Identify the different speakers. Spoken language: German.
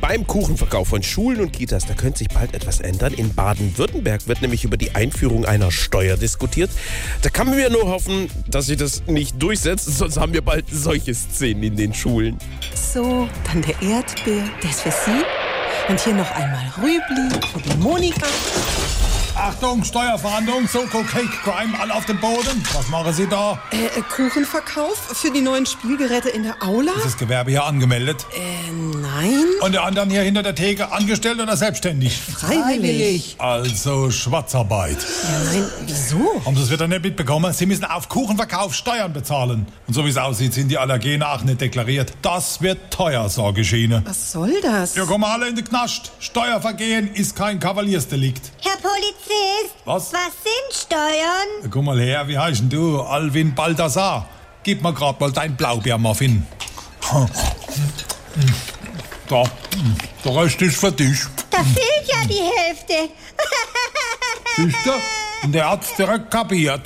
Speaker 1: Beim Kuchenverkauf von Schulen und Kitas, da könnte sich bald etwas ändern. In Baden-Württemberg wird nämlich über die Einführung einer Steuer diskutiert. Da kann wir nur hoffen, dass sich das nicht durchsetzt, sonst haben wir bald solche Szenen in den Schulen.
Speaker 2: So, dann der Erdbeer, der ist für Sie. Und hier noch einmal Rübli für die Monika.
Speaker 3: Achtung, Steuerverhandlung, Soko Cake Crime, alle auf dem Boden. Was machen Sie da?
Speaker 4: Äh, äh, Kuchenverkauf für die neuen Spielgeräte in der Aula?
Speaker 3: Ist das Gewerbe hier angemeldet?
Speaker 4: Äh, nein.
Speaker 3: Und der anderen hier hinter der Theke, angestellt oder selbstständig?
Speaker 4: Freiwillig.
Speaker 3: Also Schwarzarbeit.
Speaker 4: Ja, nein, wieso?
Speaker 3: Haben Sie es wieder nicht mitbekommen? Sie müssen auf Kuchenverkauf Steuern bezahlen. Und so wie es aussieht, sind die Allergene auch nicht deklariert. Das wird teuer, sage ich Ihnen.
Speaker 4: Was soll das?
Speaker 3: Ja, kommen alle in den Knast. Steuervergehen ist kein Kavaliersdelikt.
Speaker 5: Herr Polizist,
Speaker 3: Was?
Speaker 5: was sind Steuern?
Speaker 3: Ja, Komm mal her, wie heißt denn du? Alvin Baldassar. Gib mir grad mal dein Blaubeermuffin. Da, der Rest ist für dich.
Speaker 5: Da fehlt ja die Hälfte.
Speaker 3: Siehst du? Und der hat's direkt kapiert.